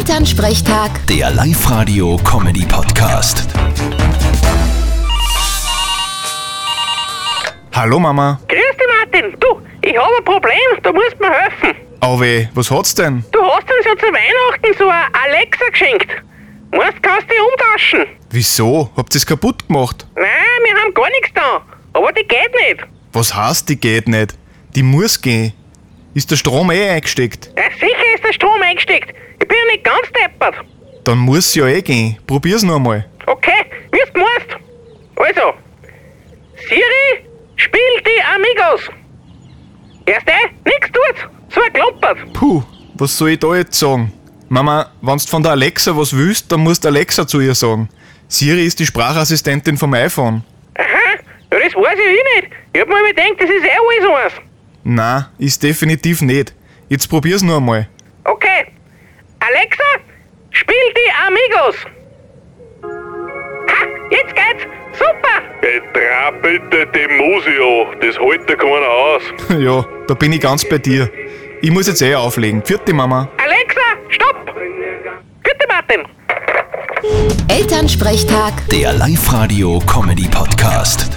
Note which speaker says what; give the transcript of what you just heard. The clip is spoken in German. Speaker 1: Elternsprechtag,
Speaker 2: Der Live-Radio-Comedy-Podcast.
Speaker 3: Hallo Mama.
Speaker 4: Grüß dich, Martin. Du, ich habe ein Problem, du musst mir helfen.
Speaker 3: Auwe, was hat's denn?
Speaker 4: Du hast uns ja zu Weihnachten so ein Alexa geschenkt. Musst, kannst dich umtauschen.
Speaker 3: Wieso? Habt ihr's kaputt gemacht?
Speaker 4: Nein, wir haben gar nichts da. Aber die geht nicht.
Speaker 3: Was heißt, die geht nicht? Die muss gehen. Ist der Strom eh eingesteckt?
Speaker 4: Ja, sicher ist der Strom eingesteckt. Ich bin ja nicht ganz deppert.
Speaker 3: Dann muss sie ja eh gehen. Probier's noch einmal.
Speaker 4: Okay, wie du musst. Also, Siri, spiel die Amigos. Erste, nix tut's. So ein Klumpert.
Speaker 3: Puh, was soll ich da jetzt sagen? Mama, wenn's von der Alexa was willst, dann musst Alexa zu ihr sagen. Siri ist die Sprachassistentin vom iPhone.
Speaker 4: Aha, ja, das weiß ich eh nicht. Ich hab mir immer gedacht, das ist eh alles eins.
Speaker 3: Na, ist definitiv nicht. Jetzt probier's noch einmal.
Speaker 4: Okay. Alexa, spiel die Amigos. Ha, jetzt geht's. Super.
Speaker 5: Betrappelte Demosio, das hält ja keiner aus.
Speaker 3: ja, da bin ich ganz bei dir. Ich muss jetzt eh auflegen. Vierte Mama.
Speaker 4: Alexa, stopp. Bitte, Martin.
Speaker 1: Elternsprechtag.
Speaker 2: Der Live-Radio-Comedy-Podcast.